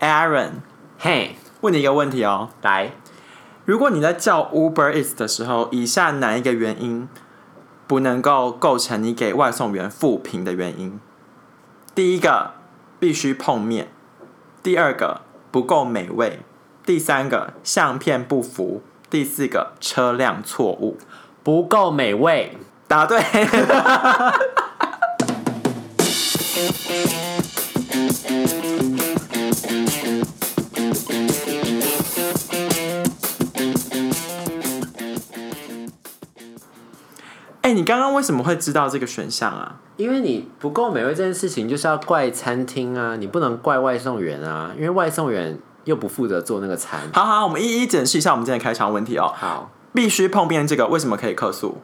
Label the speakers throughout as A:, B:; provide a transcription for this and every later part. A: Aaron，
B: 嘿，
A: 问你一个问题哦，
B: 来，
A: 如果你在叫 Uber Eats 的时候，以下哪一个原因不能够构成你给外送员负评的原因？第一个，必须碰面；第二个，不够美味；第三个，相片不符；第四个，车辆错误。
B: 不够美味，
A: 答对。哎、你刚刚为什么会知道这个选项啊？
B: 因为你不够美味这件事情，就是要怪餐厅啊，你不能怪外送员啊，因为外送员又不负责做那个餐。
A: 好好，我们一一检视一下我们今天的开场问题哦。
B: 好，
A: 必须碰面这个为什么可以客诉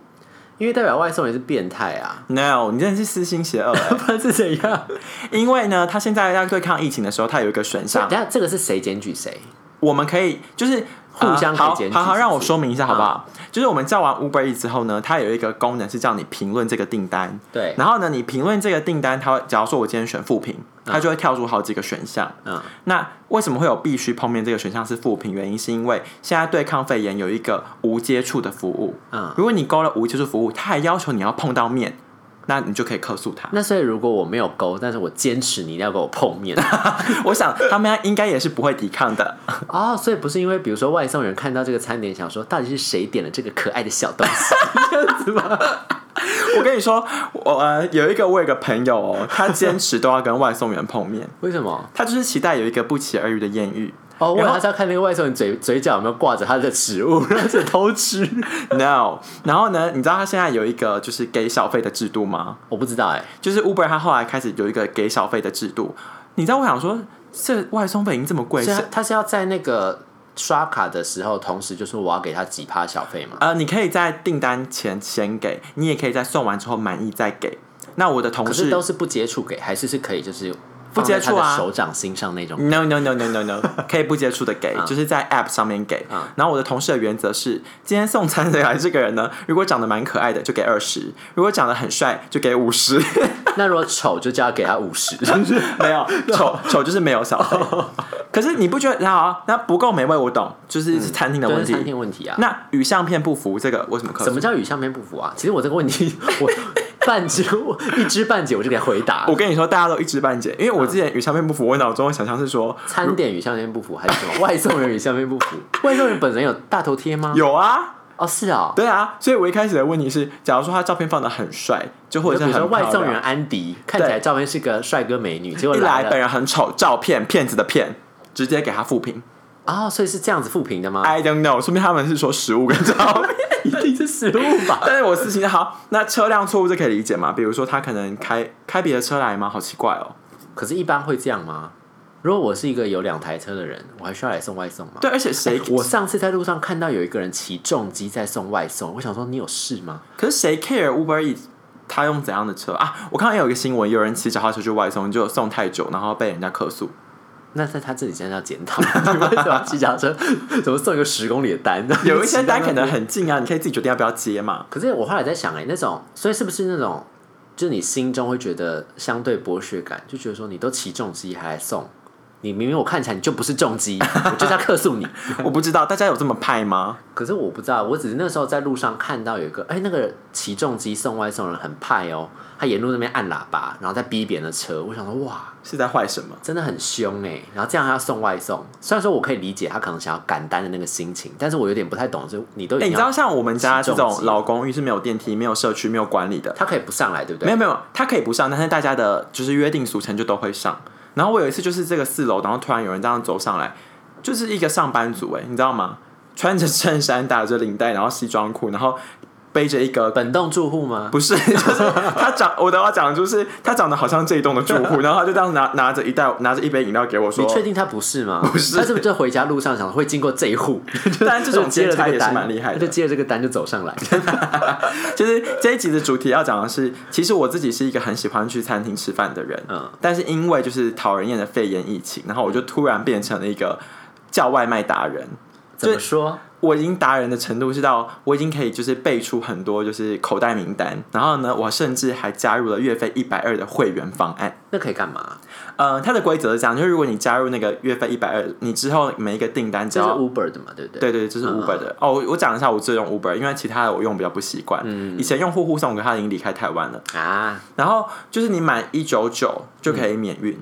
B: 因为代表外送员是变态啊，
A: ？No，你真的是私心邪恶、欸
B: 不然是怎样？
A: 因为呢，他现在要对抗疫情的时候，他有一个选项
B: 等一，下这个是谁检举谁？
A: 我们可以就是
B: 互
A: 呃
B: 相可以
A: 好
B: 检举
A: 好好，
B: 是
A: 让我
B: 不是
A: 说明一下好不好？就是我们叫完 Uber E 之后呢，它有一个功能是叫你评论这个订单。
B: 对，
A: 然后呢，你评论这个订单，它会假如说我今天选负评，它就会跳出好几个选项。
B: 嗯，
A: 那为什么会有必须碰面这个选项是负评？原因是因为现在对抗肺炎有一个无接触的服务。
B: 嗯
A: 如果你勾了无接触服务，它还要求你要碰到面，那你就可以客诉它。
B: 那所以如果我没有勾，但是我坚持你一定要跟我碰 面
A: 我想他们应该也是不会抵抗的。
B: 哦，所以不是因为比如说外送员看到这个餐点，想说到底是谁点了这个可爱的小东西，这样子吗？
A: 我跟你说，我呃有一个我有一个朋友哦，他坚持都要跟外送员碰面，
B: 为什么？
A: 他就是期待有一个不期而遇的艳遇。
B: 哦，我以为
A: 然后
B: 他是要看那个外送员嘴嘴角有没有挂着他的食物，然后就偷吃。
A: No，然后呢，你知道他现在有一个就是给小费的制度吗？
B: 我不知道哎、
A: 就是 Uber 他后来开始有一个给小费的制度。你知道我想说，这外送费已经这么贵，
B: 所以
A: 是
B: 他他是啊要在那个刷卡的时候，同时就说我要给他几趴小费嘛。
A: 呃，你可以在订单前先给，你也可以在送完之后满意再给。那我的同
B: 可是
A: 事
B: 都是不接触给，还是是可以就是
A: 不接触啊
B: 放在他的手掌心上那种。
A: No no no no no no，可以不接触的
B: 嗯
A: 给，就是在 App 上面给
B: 啊。
A: 然后我的同事的原则是，今天送餐的来这个人呢， 如果长得蛮可爱的就给二十，如果长得很帅就给五 十，
B: 那如果丑就叫他给他 五十，
A: 没有丑丑就是没有小费。 可是你不觉得好？那不够美味，我懂，就是是餐厅的
B: 就
A: 问
B: 嗯是餐厅
A: 题。
B: 问题啊。
A: 那与相片不符，这个为什么可
B: 什？么叫与相片不符啊？其实我这个问题， 我半知我一知半解，我就给他回答
A: 我。跟你说，大家都一知半解，因为我
B: 嗯
A: 之前与相片不符，我脑中的想象是说，
B: 餐点与相片不符还是什么？外送员与相片不 符？外送员本人有大头贴吗？
A: 有啊，
B: 哦，是哦。
A: 对啊，所以我一开始的问题是，假如说他照片放的很帅，就或者
B: 就是比如
A: 很
B: 说外
A: 漂
B: 送
A: 亮
B: 员安迪，看起来照片是个帅哥美女，结果
A: 一来
B: 了
A: 本人很丑，照片骗子的骗，直接给他复评。
B: 哦，所以是这样子复评的吗？
A: I don't know，说明他们是说食物跟照片。
B: 一定是失误吧？
A: 但是我私信好，那车辆错误这可以理解嘛？比如说他可能开开别的车来吗？好奇怪哦。
B: 可是，一般会这样吗？如果我是一个有两台车的人，我还需要来送外送吗？哎
A: 对，而且谁
B: 我上次在路上看到有一个人骑重机在送外送，我想说你有事吗？
A: 可是谁 care Uber E？他用怎样的车啊？我看到有一个新闻，有人骑脚踏车去外送，就送太久，然后被人家客诉。
B: 那在他这里真的要检讨， 你为什么要骑脚踏车？怎么送一个十公里的单？
A: 有一些单可能很近啊，你可以自己决定要不要接 嘛。
B: 可是我后来在想、哎，那种，所以是不是那种，就是你心中会觉得相对剥削感，就觉得说你都骑重机还来送，你明明我看起来你就不是重机，我就是要克诉你。
A: 我不知道大家有这么派吗？
B: 可是我不知道，我只是那时候在路上看到有一个，哎、那个骑重机送外送人很派哦，他沿路那边按喇叭，然后再逼别人的车，我想说哇，
A: 是在坏什么？
B: 真的很凶哎、然后这样还要送外送，虽然说我可以理解他可能想要赶单的那个心情，但是我有点不太懂，就你都已
A: 哎、
B: 经
A: 你知道
B: 要，
A: 像我们家这
B: 起重
A: 种
B: 机
A: 老公寓是没有电梯、没有社区、没有管理的，
B: 他可以不上来，对不对？
A: 没有没有，他可以不上，但是大家的就是约定俗成就都会上。然后我有一次就是这个四楼，然后突然有人这样走上来，就是一个上班族哎、你知道吗？穿着衬衫，打着领带，然后西装裤，然后背着一个
B: 本栋住户吗？
A: 不是，就是他长我的要讲的就是他长得好像这一栋的住 户，然后他就这样拿拿着一袋拿着一杯饮料给我说
B: 你，确定他不是吗？
A: 不是
B: 他是不是就回家路上想会经过这一户？
A: 但 这种
B: 接
A: 接
B: 了
A: 差
B: 这
A: 也
B: 个
A: 是
B: 单，
A: 蛮厉害
B: 他
A: 的
B: 就。接了这个单就走上 来。
A: 就是这一集的主题要讲的是，其实我自己是一个很喜欢去餐厅吃饭的人，
B: 嗯
A: 但是因为就是讨人厌的肺炎疫情，然后我就突然变成了一个叫外卖达人。
B: 怎么说？
A: 我已经达人的程度是到我已经可以就是背出很多就是口袋名单，然后呢，我甚至还加入了月费一百二的会员方案。
B: 那可以干嘛？
A: 呃，它的规则是这样，就是如果你加入那个月费一百二，你之后每一个订单只
B: 这是嗯
A: 要
B: Uber 的嘛，对不对？
A: 对对，这是 Uber 的。哦，我我讲一下我只用 Uber，因为其他的我用比较不习惯。
B: 嗯
A: 以前用户户送，可他已经离开台湾了。
B: 啊，
A: 然后就是你满一九九就可以免运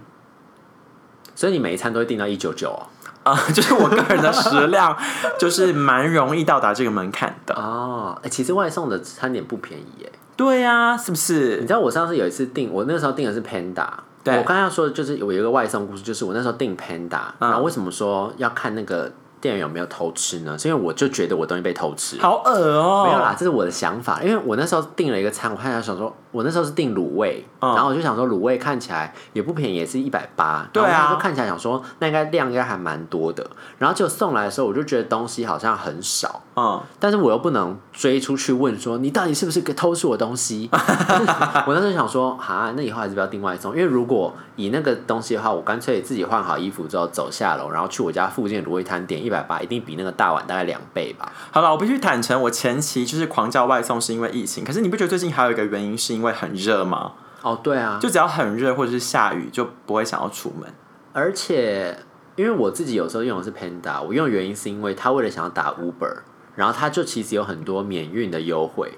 B: 所以你每一餐都会订到一九哦九
A: 啊、就是我个人的食 量就是蛮容易到达这个门槛的。
B: 哦。哎、其实外送的餐点不便宜耶。
A: 对呀、是不
B: 你
A: 是？
B: 知道我上次有一次订，我那时候订的是 Panda。
A: 对
B: 我刚刚要说的就是我有一个外送故事，就是我那时候订 Panda，、然后为什么说要看那个店员有没有偷吃呢？是因为我就觉得我东西被偷吃。
A: 好恶哦、
B: 没有啦，这是我的想法，因为我那时候订了一个餐，我看起来想说，我那时候是订卤味，
A: 嗯
B: 然后我就想说卤味看起来也不便宜，也是一百八，
A: 对啊
B: 然后我就看起来想说那应该量应该还蛮多的，然后就送来的时候，我就觉得东西好像很少，
A: 嗯，
B: 但是我又不能追出去问说你到底是不是给偷吃我东西。 我那时候想说，哈，那以后还是不要订外送，因为如果以那个东西的话，我干脆自己换好衣服之后走下楼，然后去我家附近的卤味摊点一百八，一定比那个大碗大概两倍吧。
A: 好了，我必须坦诚，我前期就是狂叫外送是因为疫情，可是你不觉得最近还有一个原因是因为很热吗？
B: 哦，对啊，
A: 就只要很热或者是下雨，就不会想要出门。
B: 而且因为我自己有时候用的是 Panda，我用的原因是因为他为了想要打 Uber，然后他就其实有很多免运的优惠，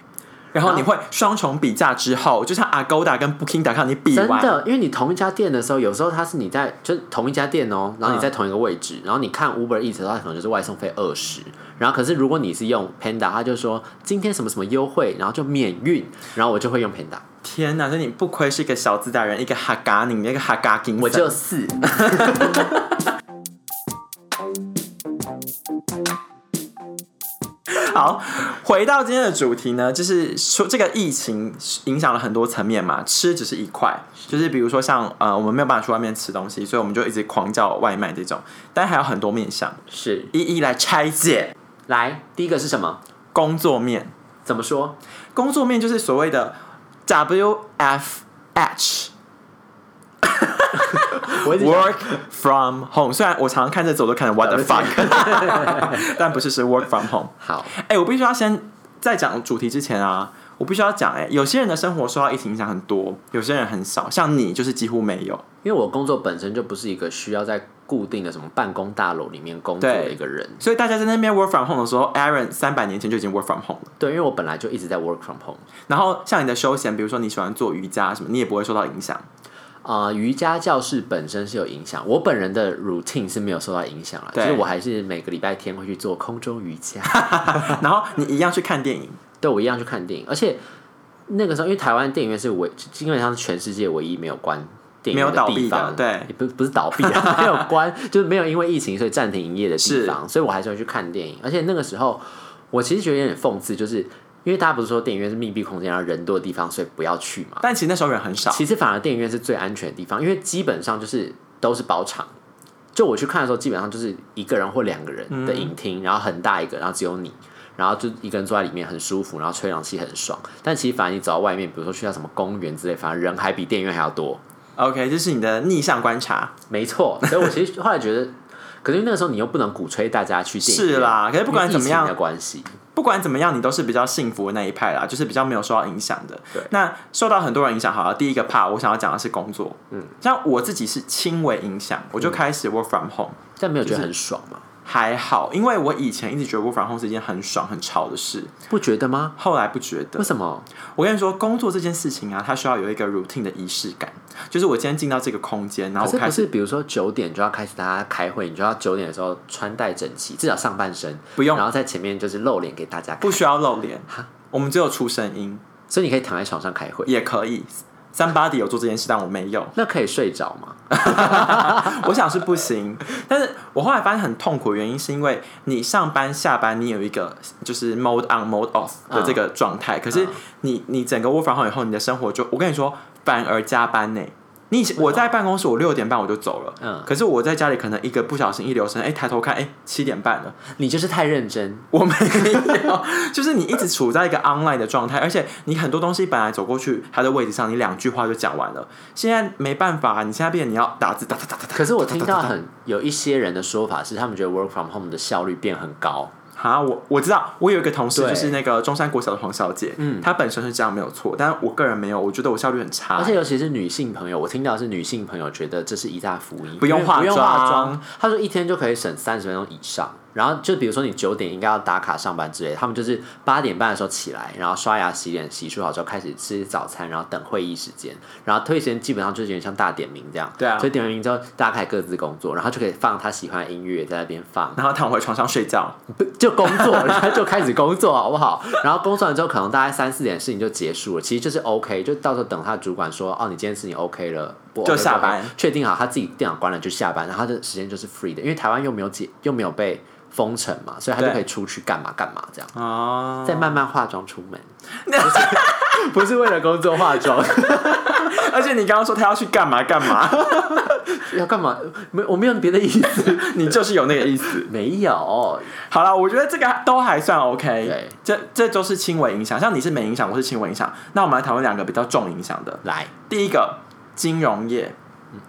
A: 然
B: 啊
A: 后你会双重比价之后，就像 Agoda 跟 Booking.com 你比
B: 真
A: 完，
B: 的，因为你同一家店的时候，有时候它是你在就是同一家店哦、然后你在同一个位置，然后你看 Uber Eats，它可能就是外送费二十，然后可是如果你是用 Panda，它就说今天什么什么优惠，然后就免运，然后我就会用 Panda，
A: 天哪！所以你不亏是一个小自大人，一个哈嘎宁，一个哈嘎金粉，
B: 我就是。
A: 好。回到今天的主题呢，就是说这个疫情影响了很多层面嘛，吃只是一块，就是比如说像呃，我们没有办法去外面吃东西，所以我们就一直狂叫外卖这种，但还有很多面向，
B: 是，
A: 一一来拆解。
B: 来，第一个是什么？
A: 工作面，
B: 怎么说？
A: 工作面就是所谓的 WFH。
B: 我一直想
A: Work from home，虽然我常常看这字我都看 What the fuck，但 不是是 Work from home。
B: 好，
A: 哎、我必须要先在讲主题之前啊，我必须要讲，哎，有些人的生活受到疫情影响很多，有些人很少，像你就是几乎没有。
B: 因为我工作本身就不是一个需要在固定的什么办公大楼里面工作的
A: 对
B: 一个人，
A: 所以大家在那边 work from home 的时候，Aaron 三百年前就已经 work from home 了。
B: 对，因为我本来就一直在 work from home。
A: 然后像你的休闲，比如说你喜欢做瑜伽什么，你也不会受到影响。
B: 啊、瑜伽教室本身是有影响，我本人的 routine 是没有受到影响了，就
A: 对
B: 是我还是每个礼拜天会去做空中瑜伽，
A: 然后你一样去看电影，
B: 对我一样去看电影，而且那个时候因为台湾电影院是唯基本上是全世界唯一没有关电影院
A: 没有倒闭
B: 地
A: 的
B: 方，
A: 对
B: 也不不是倒闭 啊，没有关，就是没有因为疫情所以暂停营业的地
A: 是
B: 方，所以我还是会去看电影，而且那个时候我其实觉得有点讽刺，就是因为大家不是说电影院是密闭空间，然后人多的地方，所以不要去嘛，
A: 但其实那时候人很少。
B: 其实反而电影院是最安全的地方，因为基本上就是都是包场。就我去看的时候，基本上就是一个人或两个人的影
A: 嗯
B: 厅，然后很大一个，然后只有你，然后就一个人坐在里面很舒服，然后吹冷气很爽。但其实反而你走到外面，比如说去到什么公园之类，反而人还比电影院还要多。
A: OK，这是你的逆向观察。
B: 没错，所以我其实后来觉得， 可是因为那个时候你又不能鼓吹大家去电影院，
A: 是啦可是不管怎么样
B: 因为疫情的关系，
A: 不管怎么样，你都是比较幸福的那一派啦，就是比较没有受到影响的。那受到很多人影响，好了，第一个怕我想要讲的是工作。嗯，像我自己是轻微影响，
B: 嗯
A: 我就开始 work from home，、
B: 但没有觉得很爽嘛？
A: 还好，因为我以前一直觉得 work from home 是一件很爽很潮的事，
B: 不觉得吗？
A: 后来不觉得
B: 为。什么？
A: 我跟你说，工作这件事情啊，它需要有一个 routine 的仪式感，就是我今天进到这个空间，然
B: 可
A: 后
B: 是
A: 我
B: 不
A: 开始
B: 是，比如说九点就要开始大家开会，你就要九点的时候穿戴整齐，至少上半身
A: 不用
B: 然后在前面就是露脸给大家看
A: 不，需要露脸，我们只有出声音
B: 所以你可以躺在床上开会。
A: 也可以。Somebody 有做这件事，但我没有。
B: 那可以睡着吗？
A: 我想是不行，但是我后来发现很痛苦，的原因是因为你上班下班，你有一个就是 mode on mode off 的这个状态，可是你你整个 work from home 以后，你的生活就我跟你说，反而加班呢、你以前我在办公室，我六点半我就走了，
B: 嗯
A: 可是我在家里可能一个不小心一留神，哎、抬头看，哎、七点半了，
B: 你就是太认真，
A: 我没有， 就是你一直处在一个 online 的状态，而且你很多东西本来走过去，它的位置上，你两句话就讲完了，现在没办法，你现在变成你要打字，打打打打打，
B: 可是我听到很有一些人的说法是，他们觉得 work from home 的效率变很高，
A: 啊。哈，我我知道，我有一个同事
B: 对
A: 就是那个中山国小的黄小姐，
B: 嗯
A: 她本身是这样没有错，但我个人没有，我觉得我效率很差
B: 而，且尤其是女性朋友，我听到是女性朋友觉得这是一大福音，
A: 不用
B: 因为不用
A: 化
B: 化
A: 妆
B: 妆。她说一天就可以省三十分钟以上。然后就比如说你九点应该要打卡上班之类，他们就是八点半的时候起来，然后刷牙、洗脸、洗漱好之后开始吃早餐，然后等会议时间，然后推间基本上就是有点像大点名这样。
A: 对啊
B: 所以点完名之后，大家开始各自工作，然后就可以放他喜欢的音乐在那边放，
A: 然后躺回床上睡觉，
B: 不 就工作，然后就开始工作， 好不好？然后工作完之后，可能大概三四点事情就结束了，其实就是 OK，就到时候等他主管说，哦，你今天事情 OK 了，不 OK
A: 就下班
B: 不 OK，确定好他自己电脑关了就下班，然后他的时间就是 free 的，因为台湾又没有解，又没有被封城嘛，所以他就
A: 对
B: 可以出去干嘛干嘛这样，
A: 哦，
B: 再慢慢化妆出门， 不是不是为了工作化妆，
A: 而且你刚刚说她要去干嘛干嘛，
B: 要干嘛？没，我没有别的意思，
A: 你就是有那个意思。
B: 没有，
A: 好了，我觉得这个都还算 OK，
B: 对
A: 这这都是轻微影响，像你是没影响，我是轻微影响。那我们来讨论两个比较重影响的，
B: 来，
A: 第一个金融业，
B: 嗯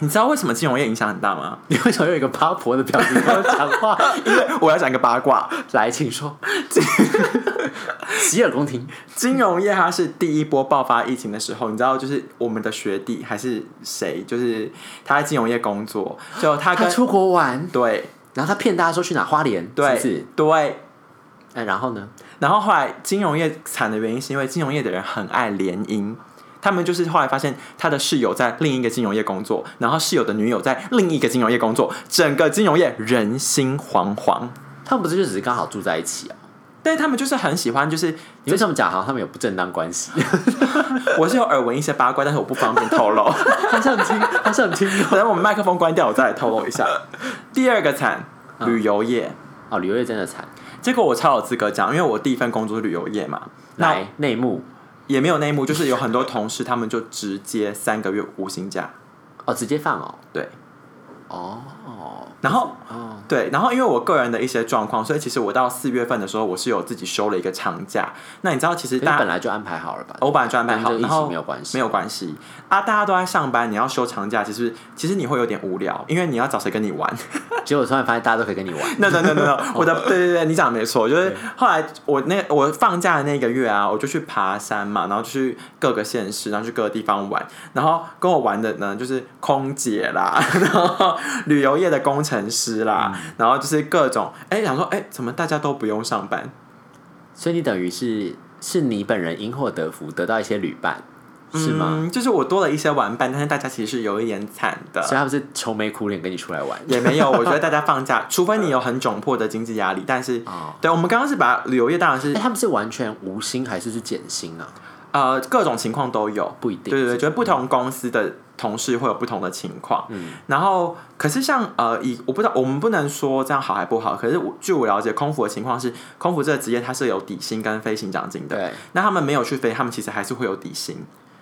A: 你知道为什么金融业影响很大吗？
B: 你为什么有一个八婆的 表情跟我讲话？
A: 因为我要讲一个八卦，
B: 来，请说。 洗耳恭听。
A: 金融业它是第一波爆发疫情的时候，你知道，就是我们的学弟还是谁，就是他在金融业工作，就他
B: 他
A: 跟
B: 出国玩，
A: 对
B: 然后他骗大家说去哪花莲，
A: 对
B: 是不是？
A: 对，
B: 哎，然后呢？
A: 然后后来金融业惨的原因是因为金融业的人很爱联姻。他们就是后来发现他的室友在另一个金融业工作，然后室友的女友在另一个金融业工作，整个金融业人心惶惶。
B: 他们不是就只是刚好住在一起啊？
A: 但是他们就是很喜欢，就是
B: 你为什么讲好像他们有不正当关 系？
A: 我是有耳闻一些八卦，但是我不方便透 露。
B: 好想听，好想听
A: 等我们麦克风关掉，我再来透露一 下。第二个惨，
B: 嗯
A: 旅游业。
B: 哦！旅游业真的惨，
A: 这个我超有资格讲，因为我第一份工作是旅游业嘛，那
B: 来内幕
A: 也没有内幕，就是有很多同事他们就直接三个月无薪假，
B: 哦，直接放哦
A: 对，
B: 哦
A: 然后
B: 哦，
A: 对，然后因为我个人的一些状况，所以其实我到四月份的时候，我是有自己休了一个长假。那你知道，其实
B: 因为
A: 大
B: 本
A: 家
B: 来就安排好了吧？
A: 我本来就安排
B: 跟
A: 好，
B: 这个疫
A: 然
B: 情
A: 后
B: 没有关系，
A: 没有关系啊，大家都在上班，你要休长假，其实其实你会有点无聊，因为你要找谁跟你玩。
B: 结果突然发现大家都可以跟你玩，
A: no no no no，no，我的对对哦对，你讲的没错，就是后来我那我放假的那个月啊，我就去爬山嘛，然后就去各个县市，然后去各个地方玩，然后跟我玩的呢就是空姐啦， 然后旅游业的工程师啦，然后就是各种哎想说哎怎么大家都不用上班，
B: 所以你等于是是你本人因祸得福，得到一些旅伴，是吗？
A: 嗯？就是我多了一些玩伴，但是大家其实是有一点惨的。
B: 所以他们是愁眉苦脸跟你出来玩。
A: 也没有，我觉得大家放 假，除非你有很窘迫的经济压力，但是，
B: 哦
A: 对我们刚刚是把旅游业当然是
B: 哎、他们是完全无薪还是是减薪啊？
A: 呃各种情况都有，
B: 不一定。
A: 对对对，觉得不同公司的同事会有不同的情况。
B: 嗯
A: 然后，可是像呃，以我不知道，我们不能说这样好还不好。可是我据我了解，空服的情况是，空服这个职业它是有底薪跟飞行奖金的。
B: 对，
A: 那他们没有去飞，他们其实还是会有底薪，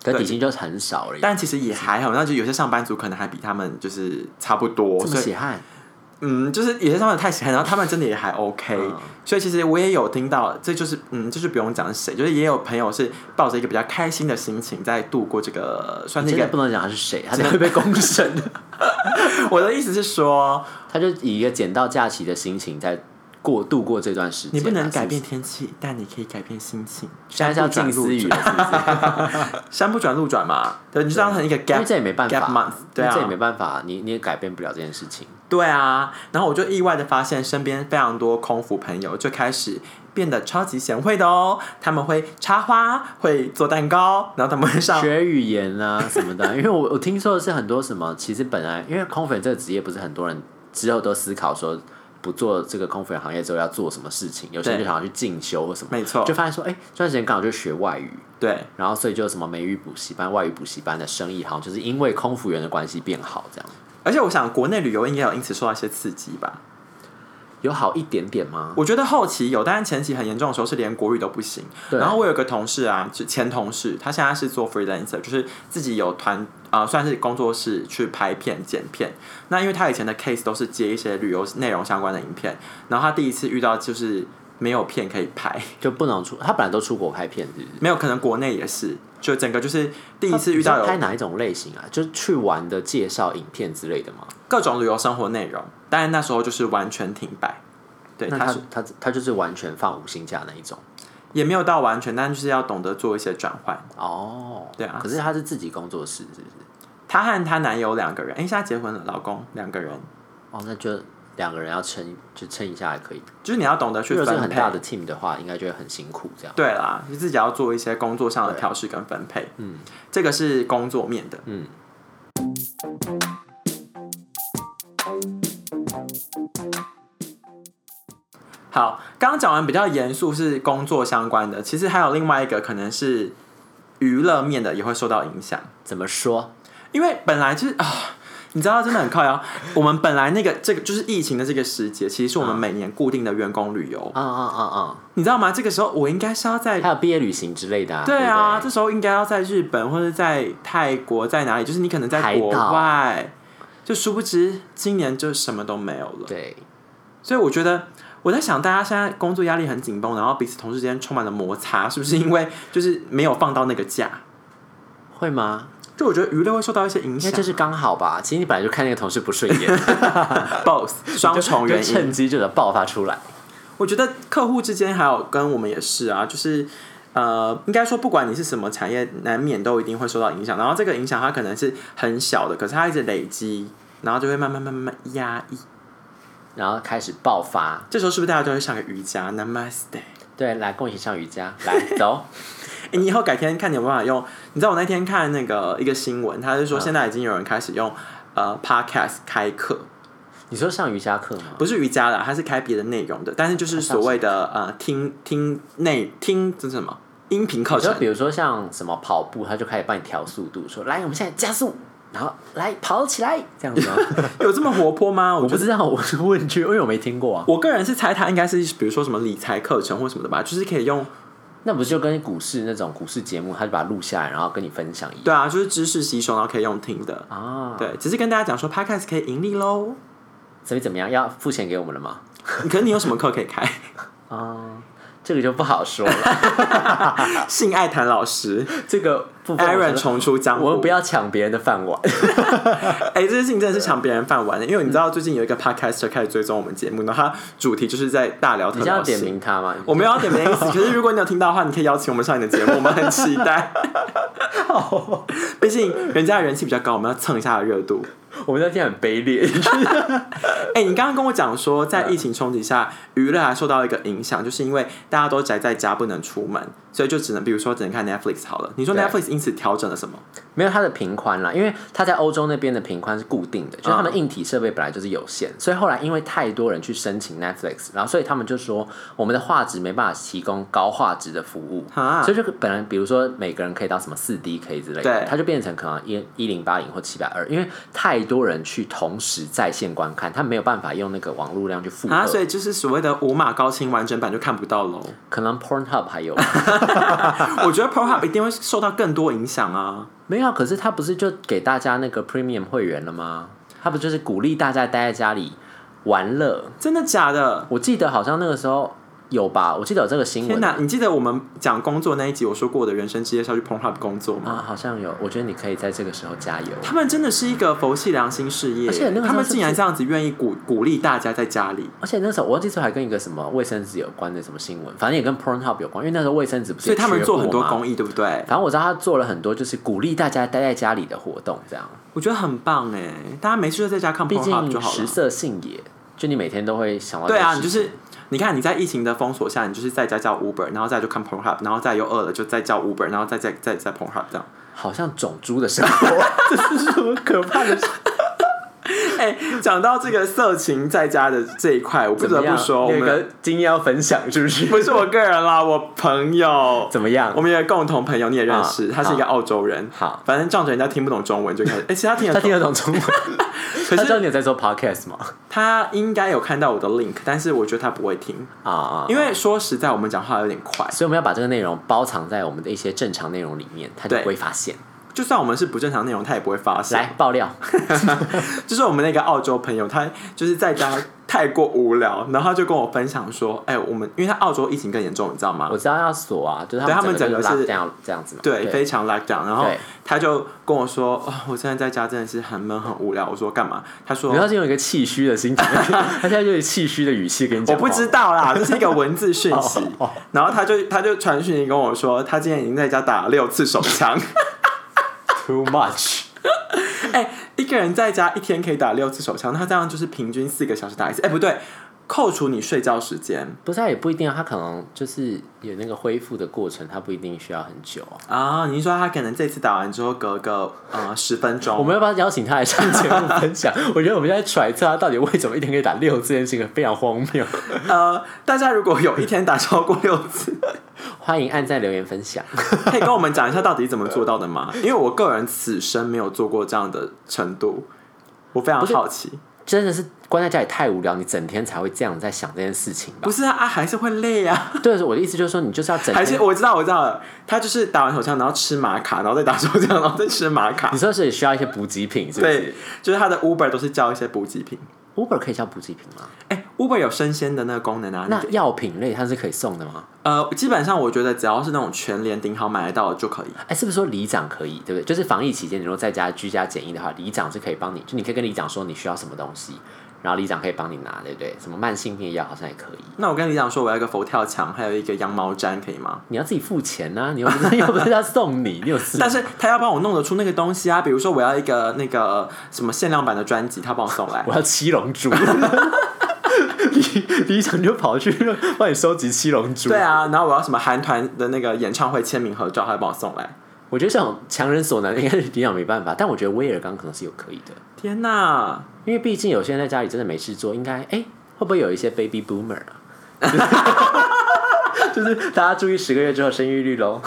B: 可底薪就是很少而已。
A: 但其实也还好。那就有些上班族可能还比他们就是差不多，
B: 这么
A: 所以
B: 血汗，
A: 嗯，就是有些上班族太闲，然后他们真的也还 OK、
B: 嗯
A: 所以其实我也有听到，这就是嗯，就是不用讲是谁，就是也有朋友是抱着一个比较开心的心情在度过这个，算
B: 你
A: 是一
B: 真的
A: 个
B: 不能讲他是谁，他就会被公 审。
A: 我的意思是说，
B: 他就以一个捡到假期的心情在过度过这段时
A: 你
B: 间啊。
A: 不能改
B: 是
A: 变天气，但你可以改变心情。
B: 是，现在是要近思语了，是不是？
A: 山不转路转嘛，对，你就当成一个
B: 因为
A: gap
B: 这也没办
A: gap
B: 法，
A: month，
B: 因
A: 对
B: 为
A: 啊
B: 这也，没办法，你你也改变不了这件事情。
A: 对啊。然后我就意外的发现，身边非常多空服朋友就开始变得超级贤惠的哦，他们会插花，会做蛋糕，然后他们会上。
B: 学语言啊什么的，因为我我听说的是很多什么，其实本来因为空服员这个职业不是很多人之后都思考说不做这个空服员行业之后要做什么事情，有些人
A: 对
B: 就想要去进修或什么，
A: 没错
B: 就发现说哎、这段时间刚好就学外语，
A: 对，
B: 然后所以就什么美语补习班、外语补习班的生意好像就是因为空服员的关系变好这样，
A: 而且我想国内旅游应该有因此受到一些刺激吧。
B: 有好一点点吗？
A: 我觉得后期有，但是前期很严重的时候是连国语都不行。
B: 对
A: 然后我有个同事啊，就前同事，他现在是做 freelancer，就是自己有团啊、呃算是工作室去拍片、剪片。那因为他以前的 case 都是接一些旅游内容相关的影片，然后他第一次遇到就是没有片可以拍，
B: 就不能出，他本来都出国拍片是不是？
A: 没有可能国内也是，就整个就是第一次遇到
B: 你说拍
A: 有
B: 哪一种类型啊？就是去玩的介绍影片之类的吗？
A: 各种旅游生活内容，但是那时候就是完全停摆。对，
B: 那
A: 它
B: 他
A: 是
B: 他他就是完全放无薪假那一种
A: 也没有到完全，但就是要懂得做一些转换。
B: 哦，
A: 对啊
B: 可是他是自己工作室，是不是？
A: 她和她男友两个人，哎、现在结婚了，老公两个人，
B: 哦，那就两个人要撑，就撑一下还可以。
A: 就是你要懂得去
B: 如果是
A: 分
B: 很
A: 配
B: 大。的 team 的话，应该就会很辛苦这样。
A: 对啦，你自己要做一些工作上的调试跟分配。嗯，这个是工作面的。
B: 嗯，
A: 好，刚刚讲完比较严肃是工作相关的，其实还有另外一个可能是娱乐面的也会受到影响，
B: 怎么说？
A: 因为本来就是啊。你知道真的很靠腰，我们本来那个这个就是疫情的这个时节，其实是我们每年固定的员工旅游，
B: 啊啊啊
A: 你知道吗？这个时候我应该是要在
B: 啊！还有毕业旅行之类的啊。
A: 对啊，
B: 不
A: 这时候应该要在日本或者在泰国，在哪里？就是你可能在
B: 海
A: 国
B: 岛
A: 外，就殊不知今年就什么都没有了。
B: 对，
A: 所以我觉得我在想，大家现在工作压力很紧绷，然后彼此同事之间充满了摩擦，是不是因为 就是没有放到那个假？
B: 会吗？
A: 就我觉得娱乐会受到一些影
B: 应该
A: 响。
B: 就是刚好吧。其实你本来就看那个同事不顺 眼，
A: both 双重原
B: 就
A: 因，
B: 趁机就得爆发出来。
A: 我觉得客户之间还有跟我们也是啊，就是呃，应该说不管你是什么产业，难免都一定会受到影响。然后这个影响它可能是很小的，可是它一直累积，然后就会慢慢慢慢慢压抑。
B: 然后开始爆发，
A: 这时候是不是大家就会上个瑜伽？Namaste。
B: 对，来跟我一起上瑜伽，来走，
A: 哎，你以后改天看你有没有办法用。你知道我那天看那个一个新闻，他就说
B: 嗯
A: 现在已经有人开始用呃 podcast 开课，
B: 你说上瑜伽课吗？
A: 不是瑜伽啦，他是开别的内容的，但是就是所谓的呃听听内听这是什么音频课
B: 我说，
A: 程。
B: 比如说像什么跑步，他就开始帮你调速度，说来，我们现在加速，然后来跑起来，这样子 吗？
A: 有这么活泼吗？我
B: 我
A: 觉得
B: 不知道，我是问句，因为我没听过啊。
A: 我个人是猜他应该是比如说什么理财课程或什么的吧，就是可以用
B: 那不就跟股市那种股市节目，他就把它录下来，然后跟你分享一样
A: 对啊，就是知识吸收，然后可以用听的。
B: 啊？
A: 对，只是跟大家讲说 podcast 可以盈利喽。
B: 所以怎么样？要付钱给我们了吗？
A: 可是你有什么课可以开？
B: 啊，这个就不好说了，
A: 性爱谭老 师
B: 这个部分我觉
A: Aaron
B: 得
A: 重出江湖。
B: 我不要抢别人的 饭碗。
A: 哎、这件事情真的是抢别人饭碗的，因为你知道最近有一个 podcaster 开始追踪我们节目，然后他主题就是在大聊
B: 你
A: 特
B: 是要
A: 聊
B: 点
A: 性。
B: 名他吗？
A: 我没有要点名的意思，可是如果你有听到的话，你可以邀请我们上你的节目，我们很期待。 毕竟人家的人气比较高，我们要蹭一下热度。
B: 我们那天很卑劣，
A: 哎、你刚刚跟我讲说，在
B: 嗯
A: 疫情冲击下，娱乐还受到一个影响，就是因为大家都宅在家不能出门，所以就只能比如说只能看 Netflix 好了。你说
B: 对
A: Netflix 因此调整了什么？
B: 没有它的频宽啦，因为它在欧洲那边的频宽是固定的，
A: 嗯
B: 就是他们硬体设备本来就是有限，所以后来因为太多人去申请 Netflix，然后所以他们就说我们的画质没办法提供高画质的服务，
A: 啊
B: 所以就本来比如说每个人可以到什么四 DK 之类的
A: 对，
B: 它就变成可能一一零八零或七百二，因为太多人去同时在线观看，他没有办法用那个网络量去负荷，
A: 啊，所以就是所谓的无码高清完整版就看不到喽。
B: 可能 Pornhub 还有
A: 我觉得 ProHub 一定会受到更多影响啊。
B: 没有啊？可是他不是就给大家那个 Premium 会员了吗？他不就是鼓励大家待在家里玩乐？
A: 真的假的？
B: 我记得好像那个时候有吧，我记得有这个新
A: 天
B: 闻
A: 哪！
B: 啊，
A: 你记得我们讲工作那一集，我说过我的人生职业是要去 ProHub 工作吗？
B: 啊好像有。我觉得你可以在这个时候加油。
A: 他们真的是一个佛系良心事业，
B: 而且那个时候
A: 他们
B: 是不
A: 竟然
B: 是
A: 这样子愿意鼓鼓励大家在家里，
B: 而且那时候我忘记之后还跟一个什么卫生纸有关的什么新闻，反正也跟 Pornhub 有关，因为那时候卫生纸不是
A: 所以他们做很多
B: 工。
A: 公益，对不对？
B: 反正我知道他做了很多，就是鼓励大家待在家里的活动，这样。
A: 我觉得很棒哎，大家没事就在家看
B: 毕
A: ProHub 就
B: 竟
A: 好了
B: 食。色性也，就你每天都会想到这
A: 对
B: 个事
A: 啊，
B: 情。
A: 你就是你看你在疫情的封锁下，你就是在家叫 Uber，然后再就看 PornHub，然后再又饿了就再叫 Uber，然后再再再再 PornHub 这样。
B: 好像种猪的生 活， 这是什么可怕的事？
A: 哎、讲到这个色情在家的这一块，我不得不说，我
B: 有一
A: 们
B: 个经验要分享，是不是？
A: 不是我个人啦，我朋友，
B: 怎么样
A: 我？们有一个共同朋友，你也认识，
B: 啊
A: 他是一个澳洲人。
B: 好
A: 反正仗着人家听不懂中文就开始，哎、其实他听得
B: 他听
A: 懂，
B: 得懂 中文，
A: 可
B: 他知道
A: 是
B: 你有在做 podcast 吗？
A: 他应该有看到我的 link，但是我觉得他不会听，
B: 啊啊！
A: 因为说实在，我们讲话有点快。
B: 所以我们要把这个内容包藏在我们的一些正常内容里面，他就
A: 对
B: 不会发现。
A: 就算我们是不正常内容，他也不会发现。
B: 来爆料，
A: 就是我们那个澳洲朋友，他就是在家太过无聊，然后他就跟我分享说：“哎、我们因为他澳洲疫情更严重，你知道吗
B: 我？知道要锁啊，就是
A: 对他
B: 他
A: 们
B: 们
A: 整个
B: 就是是 lockdown 这样子嘛。
A: 对，
B: 对
A: 非常 lockdown。”然后
B: 对
A: 他就跟我说：“哦，我现在在家真的是很闷很无聊。”我说：“干嘛？”他说
B: 你要先有一个气虚的 心情，他现在就是气虚的语气跟你：“
A: 我
B: 讲话。哦
A: 不知道啦，这是一个文字讯息。然后他就他就传讯息跟我说，他今天已经在家打了六次手 枪。
B: too much，
A: 哎、一个人在家一天可以打六次手枪，那他这样就是平均四个小时打一次。哎、不对，扣除你睡觉时间
B: 不是啊，也不一定啊，他可能就是有那个恢复的过程，他不一定需要很久啊。
A: 啊，你是说他可能这次打完之后隔个呃十分钟，
B: 我们要不要邀请他来上节目分 享？我觉得我们现在揣测他到底为什么一天可以打六这件事情非常荒谬。
A: 呃，大家如果有一天打超过六 次，
B: 欢迎按赞留言分享。
A: 可以跟我们讲一下到底怎么做到的吗？因为我个人此生没有做过这样的程度，我非常好奇。
B: 真的是关在家里太无聊，你整天才会这样在想这件事情吧
A: 不？是啊啊，还是会累 啊，
B: 对，我的意思就是说，你就是要整
A: 还是
B: 天。
A: 我知道我知道了，他就是打完手枪，然后吃玛卡，然后再打手枪，然后再吃玛卡
B: 你。说 是需要一些补给品，是不是
A: 对，就是他的 Uber 都是叫一些补给品。
B: ？Uber 可以叫补给品吗？
A: 哎、u b e r 有生鲜的那个功能啊。你
B: 那药品类它是可以送的吗？
A: 呃，基本上我觉得只要是那种全联顶好买得到的就可以。
B: 哎，是不是说里长可以，对不对？就是防疫期间，你如果在家居家检疫的话，里长是可以帮你，就你可以跟里长说你需要什么东西，然后里长可以帮你拿，对不对？什么慢性病药好像也可以，
A: 那我跟李长说，我要一个佛跳墙，还有一个羊毛毡，可以吗？
B: 你要自己付钱啊 呐、你又不是又不是要送你，你有事？
A: 但是他要帮我弄得出那个东西啊，比如说我要一个那个什么限量版的专辑，他帮我送来。
B: 我要七龙珠， 里里长就跑去帮你收集七龙 珠。
A: 对，啊，然后我要什么韩团的那个演唱会签名合照，他帮我送来。
B: 我觉得这种强人所难，应该是里长没办法。但我觉得威尔刚可能是有可以的，
A: 天哪！
B: 因为毕竟有些人在家里真的没事做，应该哎、会不会有一些 baby boomer 啊？ 就是大家注意十个月之后生育 率喽。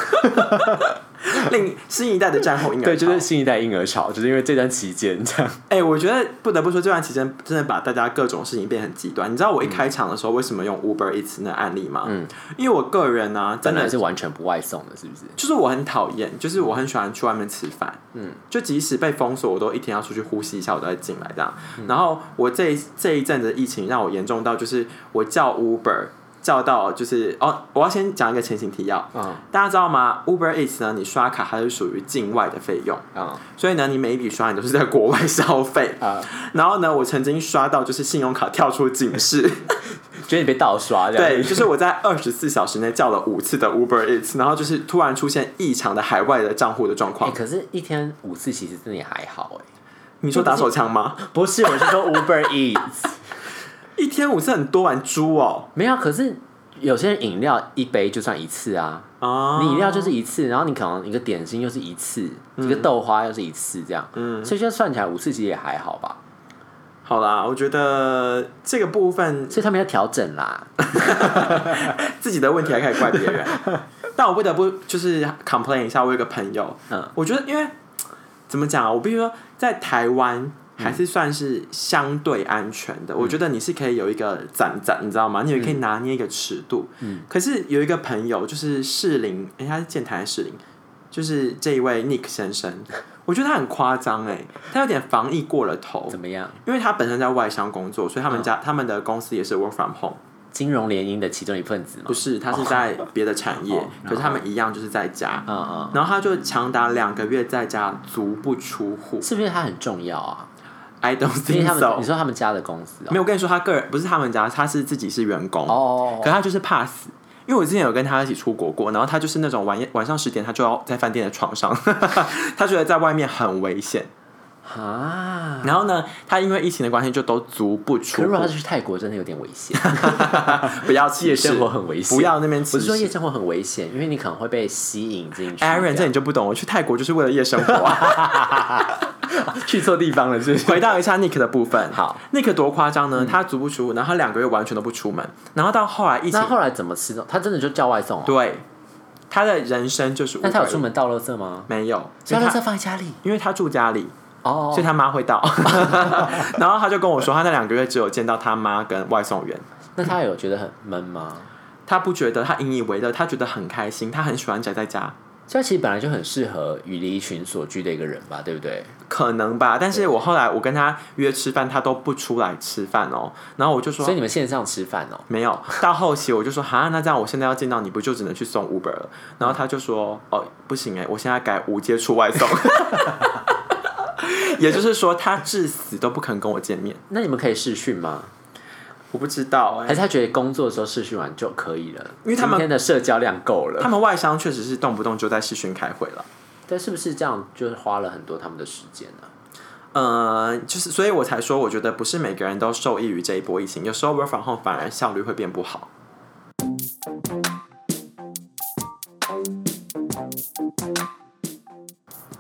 A: 令新一代的战后婴儿潮。
B: 对，就是新一代婴儿潮，就是因为这段期间这样。
A: 哎、我觉得不得不说，这段期间真的把大家各种事情变得很极端。你知道我
B: 嗯
A: 一开场的时候为什么用 Uber Eats 那案例吗？嗯，因为我个人呢、真
B: 真
A: 的
B: 的是完全不外送的，是不是？
A: 就是我很讨厌，就是我很喜欢去外面吃饭，嗯，就即使被封锁，我都一天要出去呼吸一下，我都会进来这样。
B: 嗯
A: 然后我这一这一阵子的疫情让我严重到，就是我叫 Uber 叫到就是哦，我要先讲一个前情提要，
B: 嗯
A: 大家知道吗？Uber Eats 呢，你刷卡它是属于境外的费用，
B: 啊
A: 所以呢，你每一笔刷你都是在国外消费。
B: 啊！
A: 然后呢，我曾经刷到就是信用卡跳出警示，
B: 觉得你被盗刷 这样。
A: 对，就是我在二十四小时内叫了五次的 Uber Eats，然后就是突然出现异常的海外的账户的状
B: 哎、
A: 况。
B: 可是一天五次其实真的也还好哎、
A: 你说打手枪吗？
B: 不是，我是说 Uber Eats。
A: 一天五次很多玩猪哦
B: 没有，啊可是有些人饮料一杯就算一次啊，
A: 啊！
B: 你饮料就是一次，然后你可能一个点心又是一次，一个豆花又是一次这样，
A: 嗯
B: 所以现在算起来五次其实也还好吧。
A: 好啦，我觉得这个部分
B: 所以他们要调整啦，
A: 自己的问题还可以怪别 人，但我不得不就是 complain 一下，我有一个朋友，
B: 嗯，
A: 我觉得因为怎么讲啊，我必须说，在台湾还是算是相对安全
B: 嗯
A: 的。我觉得你是可以有一个攒攒，你知道吗？你也可以拿捏一个尺度。嗯。可是有一个朋友就是士林，哎、他是建台的士林，就是这一位 Nick 先 生，我觉得他很夸张哎，他有点防疫过了头
B: 怎。么嗯样？
A: 因为他本身在外商工作，所以他们家、他们的公司也是 work from home。
B: 金融联姻的其中一份子嘛
A: 不，是，他是在别的产业，
B: 哦
A: 可是他们一样就是在家。
B: 嗯嗯，
A: 然后他就长达两个月在家足不出户
B: 是不是它很重要啊？
A: ，I don't
B: 因为
A: think
B: 他们，你
A: so。
B: 说他们家的公司哦
A: 没有，我跟你说，他个人不是他们家，他是自己是员工，
B: 哦，
A: 可他就是怕死。因为我之前有跟他一起出国过，然后他就是那种晚夜晚上十点，他就要在饭店的床上， 他觉得在外面很危险。
B: 啊，
A: 然后呢，他因为疫情的关系，就都足不出
B: 可是如果他
A: 户。
B: 去泰国，真的有点危 险，
A: 不要歧
B: 夜
A: 视
B: 生活很危险。
A: 不要那边
B: 我
A: 歧
B: 是说夜
A: 视。
B: 生活很危险，因为你可能会被吸引进去。
A: Aaron，这你就不懂，我去泰国就是为了夜生活、啊。
B: 去错地方了，是不是？
A: 回到一下 Nick 的部分，
B: 好嗯
A: ，Nick 多夸张呢？他足不出户，然后他两个月完全都不出门，然后到后来疫情
B: 那后来怎么吃呢？他真的就叫外送哦。
A: 对，他的人生就是无
B: 那他有
A: 法
B: 出门倒垃圾吗？
A: 没有，
B: 所
A: 因
B: 以
A: 为
B: 垃圾
A: 他
B: 放在家里
A: 因为他住家里，
B: 哦
A: 所以他妈会 到。 然后他就跟我说，他那两个月只有见到他妈跟外送员，
B: 那他有觉得很闷吗？
A: 他不觉得，他引以为乐，他觉得很开心，他很喜欢宅在家。
B: 这其实本来就很适合与离群所居的一个人吧，对不对？
A: 可能吧。但是我后来我跟他约吃饭，他都不出来吃饭哦。然后我就说
B: 所以你们线上吃饭哦，
A: 没有。到后期我就说哈，那这样我现在要见到你，不就只能去送 Uber 了？然后他就说哦，不行哎、我现在改无接触外 送。也就是说，他至死都不肯跟我见面。
B: 那你们可以试训吗？
A: 我不知道哎、
B: 还是他觉得工作的时候试训完就可以了，
A: 因为他们
B: 今天的社交量够了。
A: 他们外商确实是动不动就在视讯开会了。
B: 但是不是这样就是花了很多他们的时间呢、
A: 呃，就是，所以我才说，我觉得不是每个人都受益于这一波疫情，有时候 work from home 反而效率会变不好。